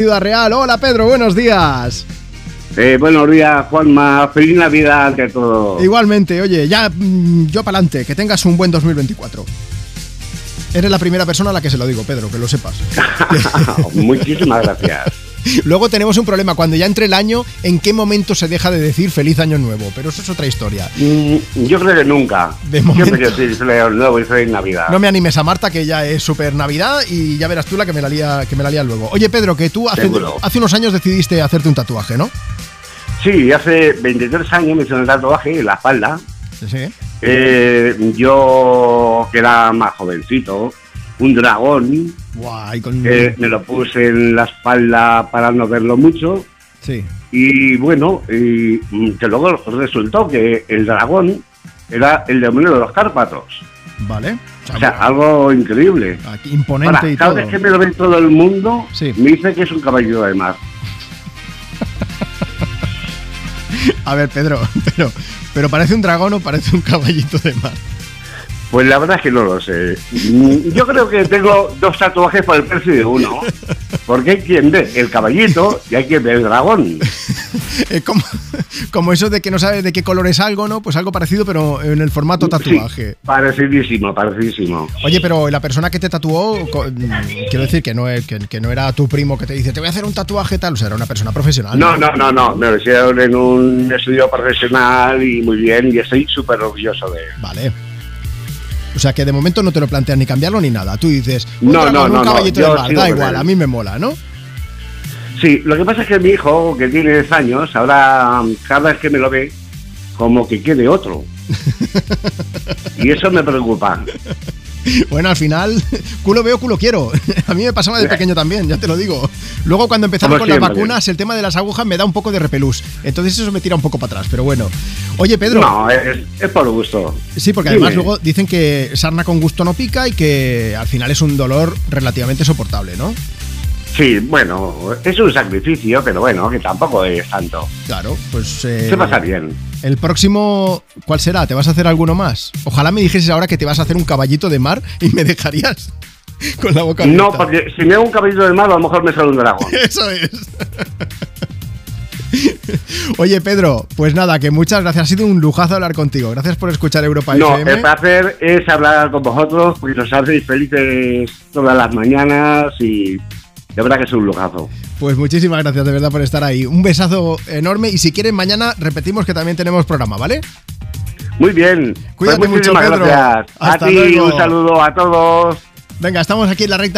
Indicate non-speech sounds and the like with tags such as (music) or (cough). Ciudad Real. Hola Pedro, buenos días. Eh, buenos días, Juanma. Feliz Navidad ante todo. Igualmente, oye, ya mm, yo para adelante, que tengas un buen 2024. Eres la primera persona a la que se lo digo, Pedro, que lo sepas. (laughs) Muchísimas gracias. Luego tenemos un problema, cuando ya entre el año, ¿en qué momento se deja de decir feliz año nuevo? Pero eso es otra historia. Mm, Yo creo que nunca. De momento. Siempre que sí, feliz nuevo y feliz Navidad. No me animes a Marta, que ya es super Navidad, y ya verás tú la que me la lía, que me la lía luego. Oye, Pedro, que tú hace, Seguro. hace unos años decidiste hacerte un tatuaje, ¿no? Sí, hace 23 años me hice un tatuaje en la espalda. Sí, sí. Eh, yo, que era más jovencito, un dragón, Guay, con... que me lo puse en la espalda para no verlo mucho. Sí. Y bueno, y, mm, que luego resultó que el dragón era el demonio de los Cárpatos. Vale. O sea, algo increíble. aquí, imponente Ahora, y cada todo. vez que me lo ve todo el mundo, Sí. me dice que es un caballero de mar. A ver, Pedro, (laughs) pero, pero parece un dragón o parece un caballito de mar. Pues la verdad es que no lo sé. Mm, Yo creo que tengo dos tatuajes por el precio (laughs) de uno. Porque hay quien ve el caballito y hay quien ve el dragón. Eh, como, (laughs) como eso de que no sabes de qué color es algo, ¿no? Pues algo parecido, pero en el formato tatuaje. Sí, parecidísimo, parecidísimo. Oye, pero la persona que te tatuó, co- mm, quiero decir que no, es- que, que no era tu primo que te dice, te voy a hacer un tatuaje tal, o sea, era una persona profesional. No, no, no, no. Me lo hicieron en un estudio profesional y muy bien. Y estoy súper orgulloso de él. Vale. O sea, que de momento no te lo planteas ni cambiarlo ni nada. Tú dices, un No, dragón, no, no, un no, caballito yo de mar, sigo da con igual, él. a mí me mola, ¿no? Sí, lo que pasa es que mi hijo, que tiene 10 años, ahora mm, cada vez que me lo ve, como que (laughs) quiere otro. Y eso me preocupa. Bueno, al final, (laughs) culo veo, culo quiero. (laughs) A mí me pasaba de pequeño también, ya te lo digo. Luego, cuando empezaron Como con las siempre. vacunas, el tema de las agujas me da un poco de repelús. Entonces, eso me tira un poco para atrás, pero bueno. Oye, Pedro. No, es, es por gusto. Sí, porque Dime. además luego dicen que sarna con gusto no pica y que al final es un dolor relativamente soportable, ¿no? Sí, bueno, es un sacrificio, pero bueno, que tampoco es tanto. Claro, pues. eh, Se pasa bien. El próximo, ¿cuál será? ¿Te vas a hacer alguno más? Ojalá me dijeses ahora que te vas a hacer un caballito de mar y me dejarías (laughs) con la boca No, abierta. porque si me hago un caballito de mar, a lo mejor me sale (laughs) un dragón. Eso es. Oye, Pedro, pues nada, que muchas gracias. Ha sido un lujazo hablar contigo. Gracias por escuchar Europa No, FM. el placer es hablar con vosotros, porque nos hacéis felices todas las mañanas y de verdad que es un lujazo. Pues muchísimas gracias de verdad por estar ahí. Un besazo enorme y si quieren, mañana repetimos que también tenemos programa, ¿vale? Muy bien. Cuídate pues mucho, muchísimas Pedro. gracias. Hasta a ti, luego. un saludo a todos. Venga, estamos aquí en la recta.